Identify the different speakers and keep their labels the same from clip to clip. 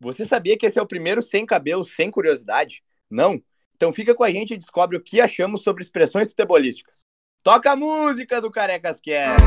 Speaker 1: Você sabia que esse é o primeiro sem cabelo, sem curiosidade? Não? Então fica com a gente e descobre o que achamos sobre expressões futebolísticas. Toca a música do Carecas Cast!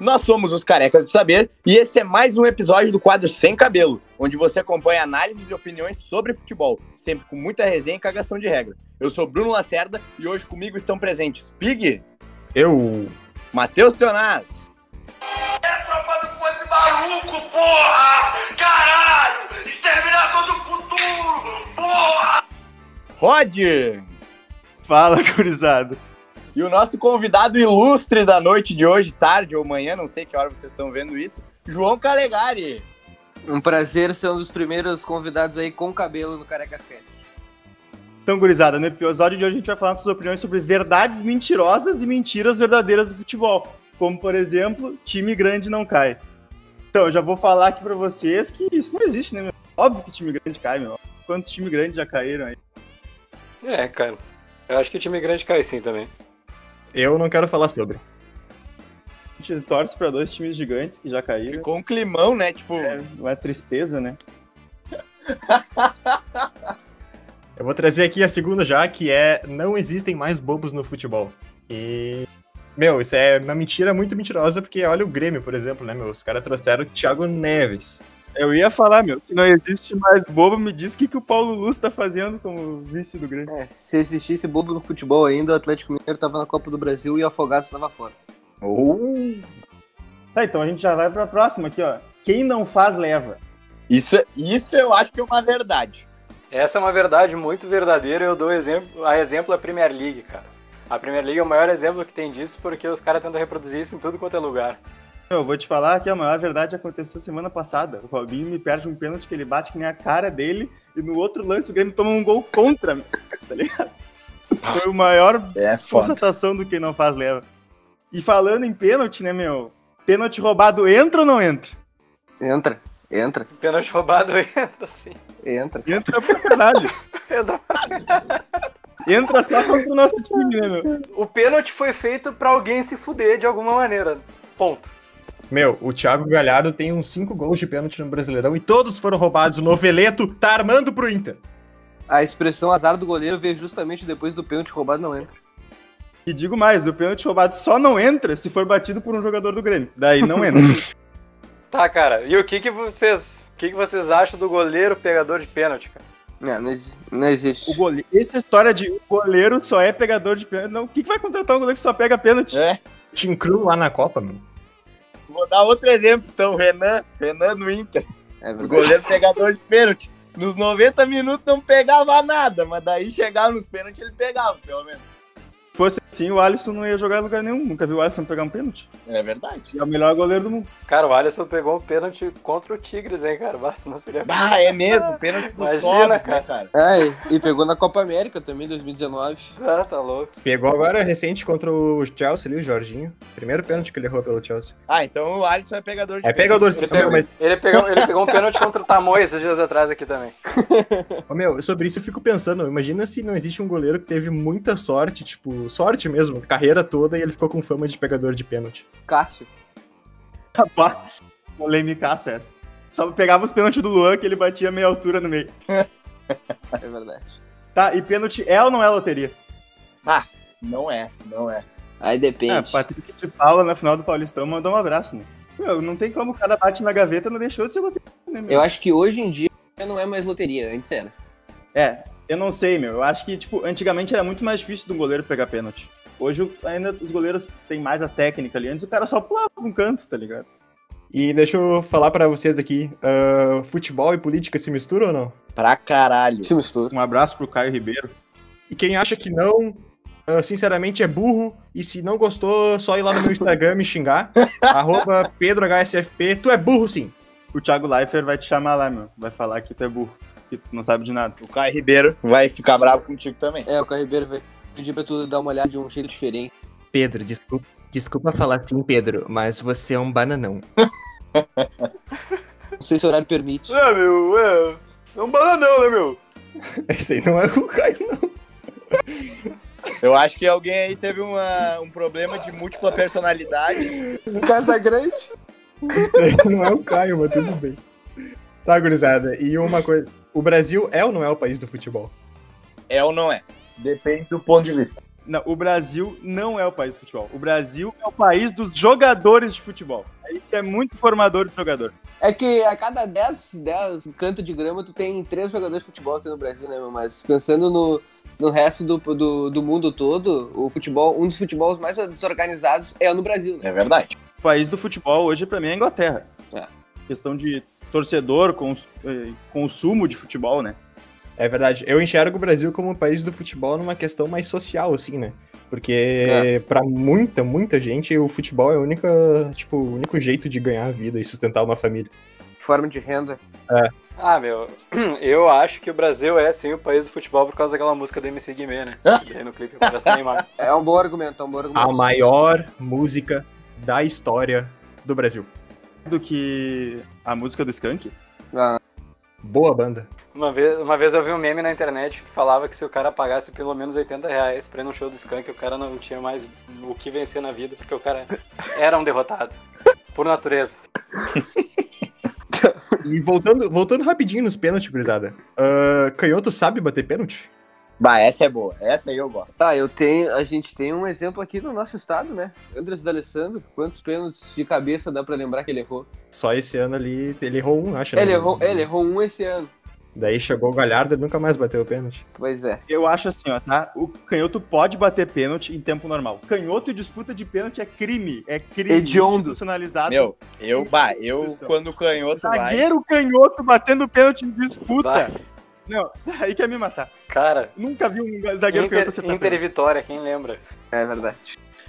Speaker 1: Nós somos os Carecas de Saber e esse é mais um episódio do quadro Sem Cabelo, onde você acompanha análises e opiniões sobre futebol, sempre com muita resenha e cagação de regra. Eu sou Bruno Lacerda e hoje comigo estão presentes Pig,
Speaker 2: Eu.
Speaker 1: Matheus Teonaz,
Speaker 3: É tropa do povo maluco, porra! Caralho! Exterminador do futuro! Porra!
Speaker 1: Rod
Speaker 2: Fala, gurizada.
Speaker 1: e o nosso convidado ilustre da noite de hoje, tarde ou manhã, não sei que hora vocês estão vendo isso, João Calegari.
Speaker 4: Um prazer ser um dos primeiros convidados aí com cabelo no Carecas Cast.
Speaker 2: Então, gurizada, no episódio de hoje a gente vai falar nossas opiniões sobre verdades mentirosas e mentiras verdadeiras do futebol. Como, por exemplo, time grande não cai. Então, eu já vou falar aqui pra vocês que isso não existe, né, meu? Óbvio que time grande cai, meu. Quantos times grandes já caíram aí?
Speaker 5: É, cara. Eu acho que o time grande cai sim também.
Speaker 6: Eu não quero falar sobre.
Speaker 2: A gente torce pra dois times gigantes que já caíram.
Speaker 1: Ficou um climão, né? Tipo,
Speaker 2: É uma tristeza, né?
Speaker 6: Eu vou trazer aqui a segunda já, que é não existem mais bobos no futebol. E meu, isso é uma mentira muito mentirosa, porque olha o Grêmio, por exemplo, né, meu? Os caras trouxeram o Thiago Neves.
Speaker 2: Eu ia falar, meu, se não existe mais bobo, me diz o que, que o Paulo Luz tá fazendo como vice do grande.
Speaker 4: É, se existisse bobo no futebol ainda, o Atlético Mineiro tava na Copa do Brasil e o Afogados tava fora.
Speaker 1: oh,
Speaker 2: Tá, então a gente já vai pra próxima aqui, ó. Quem não faz, leva.
Speaker 1: isso, isso eu acho que é uma verdade.
Speaker 5: Essa é uma verdade muito verdadeira. Eu dou exemplo, a exemplo a Premier League, cara. A Premier League é o maior exemplo que tem disso, porque os caras tentam reproduzir isso em tudo quanto é lugar.
Speaker 2: Eu vou te falar que a maior verdade aconteceu semana passada. O Robinho me perde um pênalti que ele bate que nem a cara dele, e no outro lance o Grêmio toma um gol contra, meu, tá ligado? Foi o maior
Speaker 1: É
Speaker 2: constatação do quem não faz leva. E falando em pênalti, né, meu? Pênalti roubado entra ou não entra?
Speaker 4: Entra, entra,
Speaker 5: Um Pênalti roubado entra assim.
Speaker 4: entra.
Speaker 2: Entra pra caralho.
Speaker 5: Entra.
Speaker 2: Entra só contra o nosso time, né, meu?
Speaker 5: O pênalti foi feito pra alguém se fuder de alguma maneira. Ponto.
Speaker 6: Meu, o Thiago Galhardo tem uns 5 gols de pênalti no Brasileirão e todos foram roubados. O Noveleto tá armando pro Inter.
Speaker 4: A expressão azar do goleiro veio justamente depois do pênalti roubado não entra.
Speaker 2: E digo mais, o pênalti roubado só não entra se for batido por um jogador do Grêmio. Daí não entra.
Speaker 5: Tá, cara. E o que que vocês, o que que vocês acham do goleiro pegador de pênalti, cara?
Speaker 4: Não, não, exi- não existe.
Speaker 2: O gole... Essa história de o goleiro só é pegador de pênalti. Não, o que, que vai contratar um goleiro que só pega pênalti?
Speaker 1: É.
Speaker 6: Tim Cru lá na Copa, meu.
Speaker 1: Vou dar outro exemplo, então, Renan, Renan no Inter,
Speaker 4: É
Speaker 1: o
Speaker 4: verdade.
Speaker 1: goleiro pegador de pênalti. Nos 90 minutos não pegava nada, mas daí chegava nos pênaltis ele pegava, pelo menos.
Speaker 2: Se fosse assim, o Alisson não ia jogar em lugar nenhum. Nunca vi o Alisson pegar um pênalti.
Speaker 1: É verdade.
Speaker 2: E é o melhor goleiro do mundo.
Speaker 5: Cara, o Alisson pegou um pênalti contra o Tigres, hein, cara? Basta, não seria.
Speaker 1: Ah, é mesmo, pênalti do
Speaker 5: Imagina,
Speaker 1: Sobs, né,
Speaker 5: cara.
Speaker 1: cara?
Speaker 4: É, e e pegou na Copa América também, 2019.
Speaker 5: Ah, tá louco.
Speaker 6: Pegou agora recente contra o Chelsea ali, o Jorginho. Primeiro pênalti que ele errou pelo Chelsea.
Speaker 1: Ah, então o Alisson é pegador de
Speaker 6: É pegador de
Speaker 5: Ele
Speaker 6: meu,
Speaker 5: pegou,
Speaker 6: mas
Speaker 5: ele pegou, ele pegou um pênalti contra o Tamoio esses dias atrás aqui também.
Speaker 6: Ô, meu, sobre isso eu fico pensando, imagina se não existe um goleiro que teve muita sorte, tipo, sorte mesmo, carreira toda, e ele ficou com fama de pegador de pênalti.
Speaker 4: Cássio.
Speaker 2: Capaz. Polêmicaça essa. Só pegava os pênaltis do Luan que ele batia meia altura no meio.
Speaker 4: É verdade.
Speaker 2: Tá, e pênalti é ou não é loteria?
Speaker 1: Não é, não é.
Speaker 4: Aí depende.
Speaker 2: É, Patrick de Paula na final do Paulistão mandou um abraço, né? Meu, não tem como o cara bate na gaveta, não deixou de ser loteria, né, meu?
Speaker 4: Eu acho que hoje em dia não é mais loteria, antes era.
Speaker 2: É, eu não sei, meu. Eu acho que, tipo, antigamente era muito mais difícil de um goleiro pegar pênalti. Hoje o- ainda os goleiros têm mais a técnica ali. Antes o cara só pulava pra um canto, tá ligado?
Speaker 6: E deixa eu falar pra vocês aqui, ah, futebol e política se misturam ou não?
Speaker 1: Pra caralho.
Speaker 4: Se mistura.
Speaker 2: Um abraço pro Caio Ribeiro.
Speaker 6: E quem acha que não, ah, sinceramente é burro, e se não gostou, só ir lá no meu Instagram me xingar, arroba pedrohsfp, tu é burro sim.
Speaker 2: O Thiago Leifert vai te chamar lá, meu. Vai falar que tu é burro, que tu não sabe de nada.
Speaker 1: O Caio Ribeiro vai ficar bravo contigo também.
Speaker 4: É, o Caio Ribeiro vai pedir pra tu dar uma olhada de um jeito diferente.
Speaker 6: Pedro, desculpa, desculpa falar assim, Pedro, mas você é um bananão.
Speaker 4: Não sei se o horário permite.
Speaker 5: É, meu, é. Não bala não, né, meu?
Speaker 6: Esse aí não é o Caio, não.
Speaker 1: Eu acho que alguém aí teve uma- um problema de múltipla personalidade.
Speaker 2: Casa grande.
Speaker 6: não é o Caio, mas tudo bem. Tá, gurizada. E uma coisa. O Brasil é ou não é o país do futebol?
Speaker 1: É ou não é? Depende do ponto de vista.
Speaker 2: Não, o Brasil não é o país do futebol. O Brasil é o país dos jogadores de futebol. A gente é muito formador de jogador.
Speaker 4: É que a cada 10, 10 canto de grama, tu tem três jogadores de futebol aqui no Brasil, né, meu? Mas pensando no, no resto do, do, do mundo todo, o futebol, um dos futebols mais desorganizados é no Brasil, né?
Speaker 1: É verdade.
Speaker 2: O país do futebol hoje, pra mim, é a Inglaterra.
Speaker 4: É.
Speaker 2: Questão de torcedor, cons- eh, consumo de futebol, né?
Speaker 6: É verdade. Eu enxergo o Brasil como o país do futebol numa questão mais social, assim, né? Porque
Speaker 4: É.
Speaker 6: pra muita, muita gente, o futebol é o único, tipo, o único jeito de ganhar a vida e sustentar uma família.
Speaker 4: Forma de renda.
Speaker 5: Ah, meu, eu acho que o Brasil é sim o país do futebol por causa daquela música do MC Guimê, né? E daí no clipe aparece o Neymar.
Speaker 4: É um bom argumento, é um bom
Speaker 6: A
Speaker 2: Ah,
Speaker 4: argumento.
Speaker 6: maior música da história do Brasil.
Speaker 2: Do que a música do Skank.
Speaker 4: Ah,
Speaker 6: Boa banda.
Speaker 5: Uma vez, uma vez eu vi um meme na internet que falava que se o cara pagasse pelo menos 80 reais pra ir num show do Skank, o cara não tinha mais o que vencer na vida, porque o cara era um derrotado. Por natureza.
Speaker 6: E voltando, voltando rapidinho nos pênaltis, gurizada. Ah, canhoto sabe bater pênalti?
Speaker 1: Bah, essa é boa. Essa aí eu gosto.
Speaker 4: tá, eu tenho, a gente tem um exemplo aqui no nosso estado, né? Andres D'Alessandro, quantos pênaltis de cabeça dá pra lembrar que ele errou?
Speaker 6: Só esse ano ali, ele errou um, acho. né?
Speaker 4: Ele errou, ele errou um esse ano.
Speaker 6: Daí chegou o Galhardo e nunca mais bateu o pênalti.
Speaker 4: Pois é.
Speaker 2: Eu acho assim, ó, tá? O canhoto pode bater pênalti em tempo normal. Canhoto e disputa de pênalti é crime. É crime
Speaker 4: Hediondo.
Speaker 5: Tá
Speaker 2: institucionalizado.
Speaker 1: Meu, eu, bah, eu, quando o canhoto vai.
Speaker 2: Zagueiro canhoto batendo pênalti em disputa.
Speaker 5: Bah,
Speaker 2: Não, aí quer me matar.
Speaker 5: cara,
Speaker 2: Nunca vi um zagueiro
Speaker 5: Inter,
Speaker 2: canhoto acertar
Speaker 5: Inter e Vitória, quem lembra?
Speaker 4: É verdade.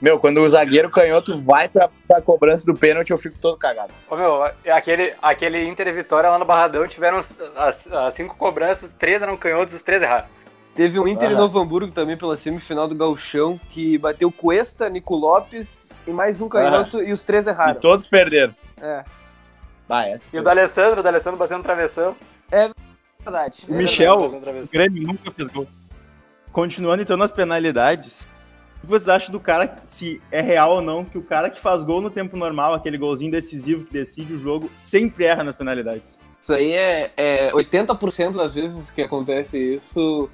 Speaker 1: Meu, quando o zagueiro canhoto vai pra, pra cobrança do pênalti, eu fico todo cagado.
Speaker 5: Ô, meu, aquele, aquele Inter e Vitória lá no Barradão tiveram as, as cinco cobranças, três eram canhotos, os três erraram.
Speaker 4: Teve um Inter e
Speaker 1: Aham.
Speaker 4: Novo Hamburgo também pela semifinal do Gauchão, que bateu Cuesta, Nico Lopes e mais um canhoto, e os três erraram.
Speaker 1: E todos perderam.
Speaker 4: É,
Speaker 1: Bah, essa.
Speaker 5: E o D'Alessandro, o D'Alessandro batendo travessão.
Speaker 4: É verdade.
Speaker 2: O Michel,
Speaker 5: Batendo
Speaker 2: O
Speaker 5: travessão.
Speaker 2: Grêmio nunca fez gol. Continuando então nas penalidades, o que vocês acham do cara, se é real ou não, que o cara que faz gol no tempo normal, aquele golzinho decisivo que decide o jogo, sempre erra nas penalidades?
Speaker 4: Isso aí é, é 80% das vezes que acontece isso,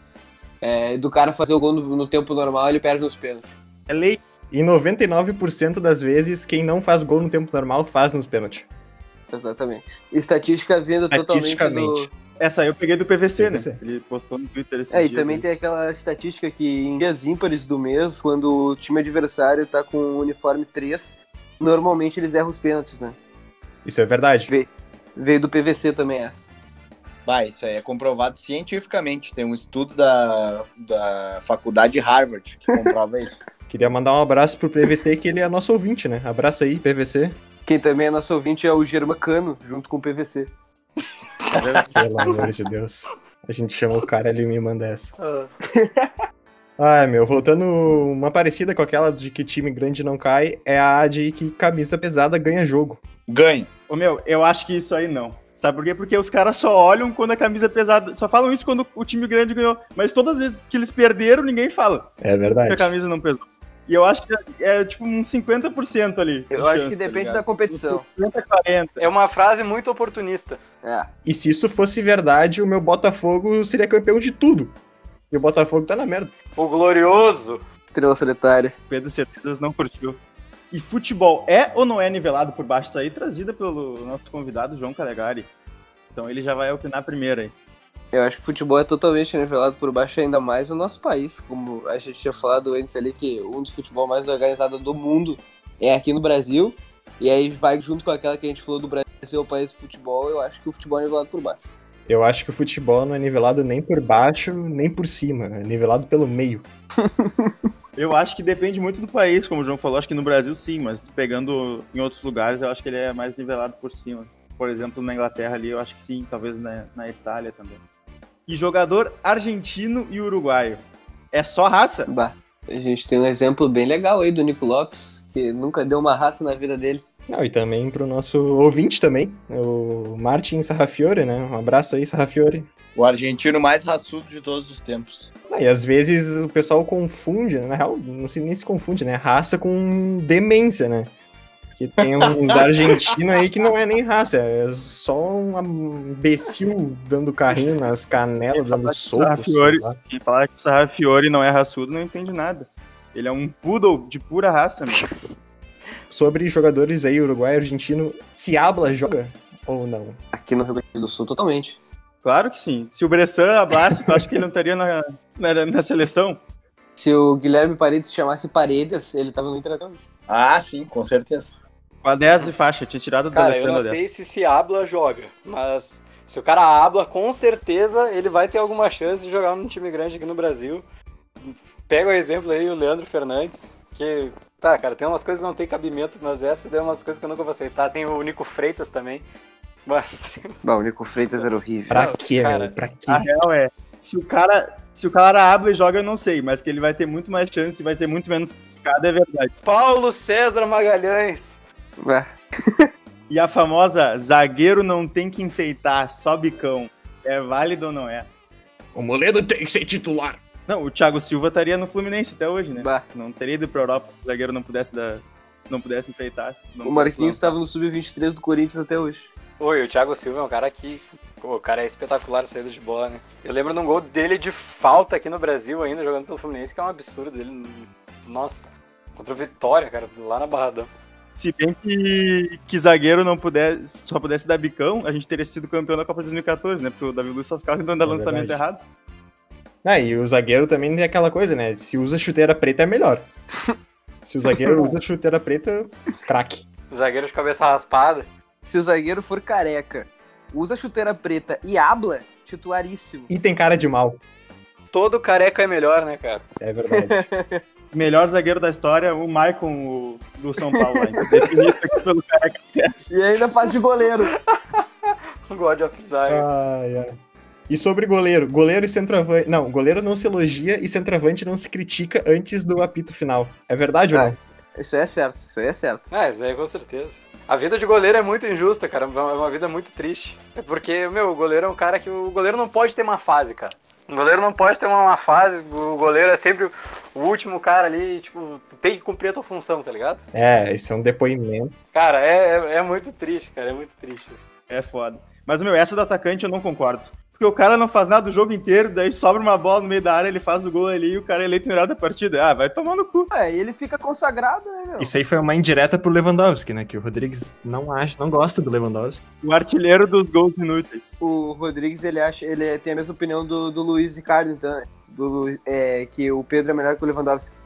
Speaker 4: é, do cara fazer o gol no, no tempo normal, ele perde nos pênaltis.
Speaker 2: É lei.
Speaker 6: E 99% das vezes, quem não faz gol no tempo normal faz nos pênaltis.
Speaker 4: Exatamente. Estatística vindo totalmente do...
Speaker 6: Estatisticamente.
Speaker 2: Essa aí eu peguei do PVC, né?
Speaker 6: PVC.
Speaker 2: Ele postou no Twitter esse
Speaker 4: É, e
Speaker 2: dia,
Speaker 4: também
Speaker 2: né?
Speaker 4: tem aquela estatística que em dias ímpares do mês, quando o time adversário tá com o uniforme 3, normalmente eles erram os pênaltis, né?
Speaker 6: Isso é verdade.
Speaker 4: Veio do PVC também essa.
Speaker 1: Bah, isso aí é comprovado cientificamente. Tem um estudo da, da faculdade de Harvard que comprova isso.
Speaker 6: Queria mandar um abraço pro PVC, que ele é nosso ouvinte, né? Abraço aí, PVC.
Speaker 4: Quem também é nosso ouvinte é o Germa Cano, junto com o PVC.
Speaker 6: Pelo amor de Deus. A gente chama o cara, ele me manda essa.
Speaker 4: Ah.
Speaker 6: Ai, meu, voltando uma parecida com aquela de que time grande não cai, é a de que camisa pesada ganha jogo.
Speaker 1: Ganha.
Speaker 2: Ô meu, eu acho que isso aí não. Sabe por quê? Porque os caras só olham quando a camisa é pesada. Só falam isso quando o time grande ganhou. Mas todas as vezes que eles perderam, ninguém fala
Speaker 6: É
Speaker 2: que a
Speaker 6: verdade.
Speaker 2: camisa não pesou. E eu acho que é, é, tipo uns 50% ali.
Speaker 4: Eu
Speaker 2: de
Speaker 4: acho
Speaker 2: chance,
Speaker 4: que
Speaker 2: tá
Speaker 4: depende
Speaker 2: ligado?
Speaker 4: da competição.
Speaker 2: 50, 40.
Speaker 5: É uma frase muito oportunista.
Speaker 4: É.
Speaker 6: E se isso fosse verdade, o meu Botafogo seria campeão de tudo. E o Botafogo tá na merda.
Speaker 5: O glorioso.
Speaker 4: Estrela solitária.
Speaker 2: Pedro certezas não curtiu. E futebol é ou não é nivelado por baixo? Isso aí é trazida pelo nosso convidado, João Calegari. Então ele já vai opinar primeiro aí.
Speaker 4: Eu acho que o futebol é totalmente nivelado por baixo, ainda mais no nosso país. Como a gente tinha falado antes ali, que um dos futebol mais organizados do mundo é aqui no Brasil. E aí vai junto com aquela que a gente falou do Brasil ser o país do futebol, eu acho que o futebol é nivelado por baixo.
Speaker 6: Eu acho que o futebol não é nivelado nem por baixo, nem por cima. É nivelado pelo meio.
Speaker 2: Eu acho que depende muito do país, como o João falou. Acho que no Brasil sim, mas pegando em outros lugares, eu acho que ele é mais nivelado por cima. Por exemplo, na Inglaterra ali, eu acho que sim. Talvez na, na Itália também. E jogador argentino e uruguaio. É só raça?
Speaker 4: Bah, a gente tem um exemplo bem legal aí do Nico Lopes, que nunca deu uma raça na vida dele.
Speaker 6: Não, e também pro nosso ouvinte também, né, o Martin Sarrafiore, né? Um abraço aí, Sarrafiore.
Speaker 1: O argentino mais raçudo de todos os tempos.
Speaker 6: Ah, e às vezes o pessoal confunde, né? na real, não se, nem se confunde, né? Raça com demência, né? Que tem um da Argentina aí que não é nem raça, é só um imbecil dando carrinho nas canelas, dando
Speaker 2: Ah,
Speaker 6: socos.
Speaker 2: Fiore.
Speaker 6: sei lá.
Speaker 2: Quem falar que o Sarrafiore não é raçudo não entende nada. Ele é um poodle de pura raça, meu.
Speaker 6: Sobre jogadores aí, Uruguai, Argentino, se habla joga ou não?
Speaker 4: Aqui no Rio Grande do Sul, totalmente.
Speaker 2: Claro que sim. Se o Bressan ablasse, tu acha que ele não estaria na, na, na seleção?
Speaker 4: Se o Guilherme Paredes se chamasse Paredes, ele tava no Inter até hoje.
Speaker 1: Ah, sim, com certeza.
Speaker 2: Com a 10 e faixa, tinha tirado do
Speaker 5: Cara, eu não
Speaker 2: Alessandro a 10.
Speaker 5: sei se se habla joga, mas se o cara habla, com certeza ele vai ter alguma chance de jogar num time grande aqui no Brasil. Pega o exemplo aí, o Leandro Fernandes, que, tá, cara, tem umas coisas que não tem cabimento, mas essa daí é umas coisas que eu nunca vou aceitar. Tem o Nico Freitas também. Mas,
Speaker 4: Bom, o Nico Freitas era horrível.
Speaker 6: Pra
Speaker 5: Não,
Speaker 6: quê,
Speaker 5: cara.
Speaker 6: meu? Pra quê?
Speaker 2: A real é, se o cara, se o cara abre e joga, eu não sei, mas que ele vai ter muito mais chance e vai ser muito menos criticado, é verdade.
Speaker 5: Paulo César Magalhães.
Speaker 4: Ah,
Speaker 2: E a famosa zagueiro não tem que enfeitar, só bicão. É válido ou não é?
Speaker 6: O Moledo tem que ser titular.
Speaker 2: Não, o Thiago Silva estaria no Fluminense até hoje, né?
Speaker 4: bah.
Speaker 2: Não teria ido pra Europa se o zagueiro não pudesse dar. Não pudesse enfeitar. não
Speaker 4: O
Speaker 2: pudesse
Speaker 4: Marquinhos
Speaker 2: lançar.
Speaker 4: tava no Sub-23 do Corinthians até hoje.
Speaker 5: Oi, o Thiago Silva é um cara que. pô, o cara é espetacular saída de bola, né? Eu lembro de um gol dele de falta aqui no Brasil ainda, jogando pelo Fluminense, que é um absurdo. Ele. Nossa, contra o Vitória, cara, lá na Barradão.
Speaker 2: Se bem que, que zagueiro não pudesse, só pudesse dar bicão, a gente teria sido campeão da Copa de 2014, né? Porque o Davi Luiz só ficava tentando dar
Speaker 6: É
Speaker 2: lançamento
Speaker 6: verdade.
Speaker 2: errado.
Speaker 6: Ah, e o zagueiro também tem aquela coisa, né? Se usa chuteira preta é melhor. Se o zagueiro usa chuteira preta, craque.
Speaker 5: Zagueiro de cabeça raspada.
Speaker 4: Se o zagueiro for careca, usa chuteira preta e habla, titularíssimo.
Speaker 6: E tem cara de mal.
Speaker 5: Todo careca é melhor, né, cara?
Speaker 6: É verdade.
Speaker 2: Melhor zagueiro da história, o Maicon o- do São Paulo. Né? Definido aqui pelo cara que esquece.
Speaker 4: E ainda faz de goleiro.
Speaker 5: God of Zion.
Speaker 6: Ai, ai. E sobre goleiro, goleiro e centroavante. Não, goleiro não se elogia e centroavante não se critica antes do apito final. É verdade, ou
Speaker 4: Ah,
Speaker 6: não?
Speaker 4: Isso aí é certo, isso aí é certo.
Speaker 5: É, isso daí com certeza. A vida de goleiro é muito injusta, cara. É uma vida muito triste. É porque, meu, o goleiro é um cara que. O goleiro não pode ter uma fase, cara. O goleiro não pode ter uma, uma fase. O goleiro é sempre o último cara ali. Tipo, tu tem que cumprir a tua função, tá ligado?
Speaker 6: É, isso é um depoimento.
Speaker 5: Cara, é, é, é muito triste, cara. É muito triste.
Speaker 2: É foda. Mas, meu, essa do atacante eu não concordo. Porque o cara não faz nada o jogo inteiro, daí sobra uma bola no meio da área, ele faz o gol ali e o cara é eleito melhor da partida. Ah, vai tomar no cu.
Speaker 4: É, e ele fica consagrado, né, meu?
Speaker 6: Isso aí foi uma indireta pro Lewandowski, né? Que o Rodrigues não acha, não gosta do Lewandowski.
Speaker 2: O artilheiro dos gols inúteis.
Speaker 4: O Rodrigues, ele acha, ele tem a mesma opinião do, do Luiz Ricardo, então, né? do, Luiz- é, que o Pedro é melhor que o Lewandowski.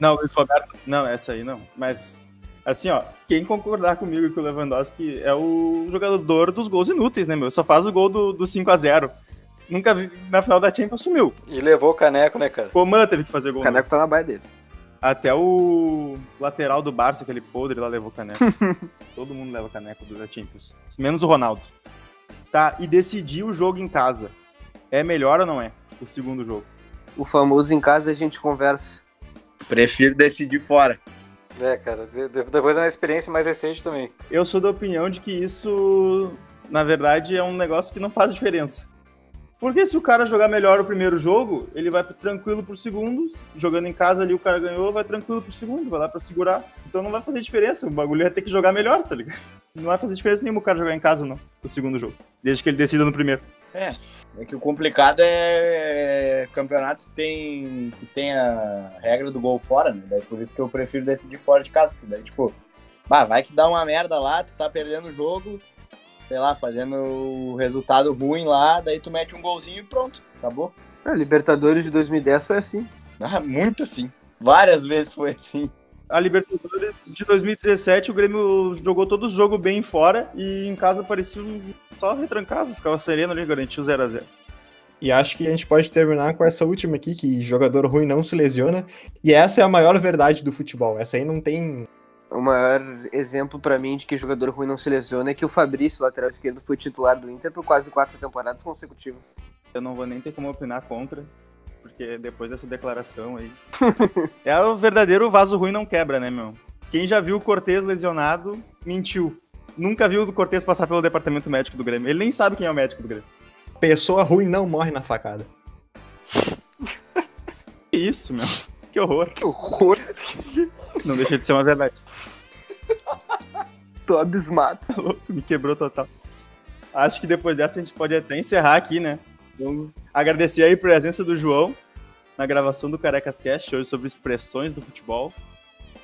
Speaker 2: Não, Luiz Roberto. Não, essa aí não. Mas, assim, ó, quem concordar comigo que o Lewandowski é o jogador dos gols inúteis, né, meu? Só faz o gol do, do 5x0. Nunca vi, na final da Champions sumiu.
Speaker 5: E levou o caneco, né, cara?
Speaker 2: Coman teve que fazer
Speaker 4: O
Speaker 2: gol. né?
Speaker 4: caneco tá na baia dele.
Speaker 2: Até o lateral do Barça, aquele podre lá, levou caneco. Todo mundo leva caneco do da Champions. Menos o Ronaldo. Tá, e decidir o jogo em casa. É melhor ou não é? O segundo jogo.
Speaker 4: O famoso em casa a gente conversa.
Speaker 1: Prefiro decidir fora.
Speaker 5: É, cara. de- de- depois é uma experiência mais recente também.
Speaker 2: Eu sou da opinião de que isso, na verdade, é um negócio que não faz diferença. Porque se o cara jogar melhor o primeiro jogo, ele vai tranquilo pro segundo. Jogando em casa ali, o cara ganhou, vai tranquilo pro segundo, vai lá pra segurar. Então não vai fazer diferença. O bagulho vai ter que jogar melhor, tá ligado? Não vai fazer diferença nenhuma o cara jogar em casa ou não, no segundo jogo. Desde que ele decida no primeiro.
Speaker 1: É que o complicado é campeonato que tem, que tem a regra do gol fora, né? Daí por isso que eu prefiro decidir fora de casa, porque daí, tipo, bah, vai que dá uma merda lá, tu tá perdendo o jogo, sei lá, fazendo o resultado ruim lá, daí tu mete um golzinho e pronto, acabou.
Speaker 4: É, Libertadores de 2010 foi assim.
Speaker 1: Ah, muito assim. Várias vezes foi assim.
Speaker 2: A Libertadores de 2017, o Grêmio jogou todo o jogo bem fora e em casa parecia um só retrancado, ficava sereno ali, garantiu 0x0.
Speaker 6: E acho que a gente pode terminar com essa última aqui, que jogador ruim não se lesiona. E essa é a maior verdade do futebol. Essa aí não tem.
Speaker 4: O maior exemplo pra mim de que jogador ruim não se lesiona é que o Fabrício, lateral esquerdo, foi titular do Inter por quase quatro temporadas consecutivas.
Speaker 2: Eu não vou nem ter como opinar contra, porque depois dessa declaração aí. é o verdadeiro vaso ruim não quebra, né, meu? Quem já viu o Cortez lesionado, mentiu. Nunca viu o Cortez passar pelo departamento médico do Grêmio. Ele nem sabe quem é o médico do Grêmio.
Speaker 6: Pessoa ruim não morre na facada.
Speaker 2: Que isso, meu? Que horror.
Speaker 4: Que horror!
Speaker 2: Não deixa de ser uma verdade.
Speaker 4: Tô abismado.
Speaker 2: Tá louco, me quebrou total. Acho que depois dessa a gente pode até encerrar aqui, né? Então, agradecer aí a presença do João na gravação do Carecas Cast, hoje sobre expressões do futebol.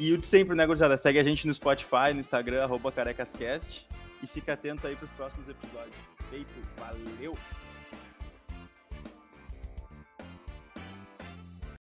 Speaker 2: E o de sempre, né, gurizada? Segue a gente no Spotify, no Instagram, arroba carecascast. E fica atento aí pros próximos episódios. Feito, valeu!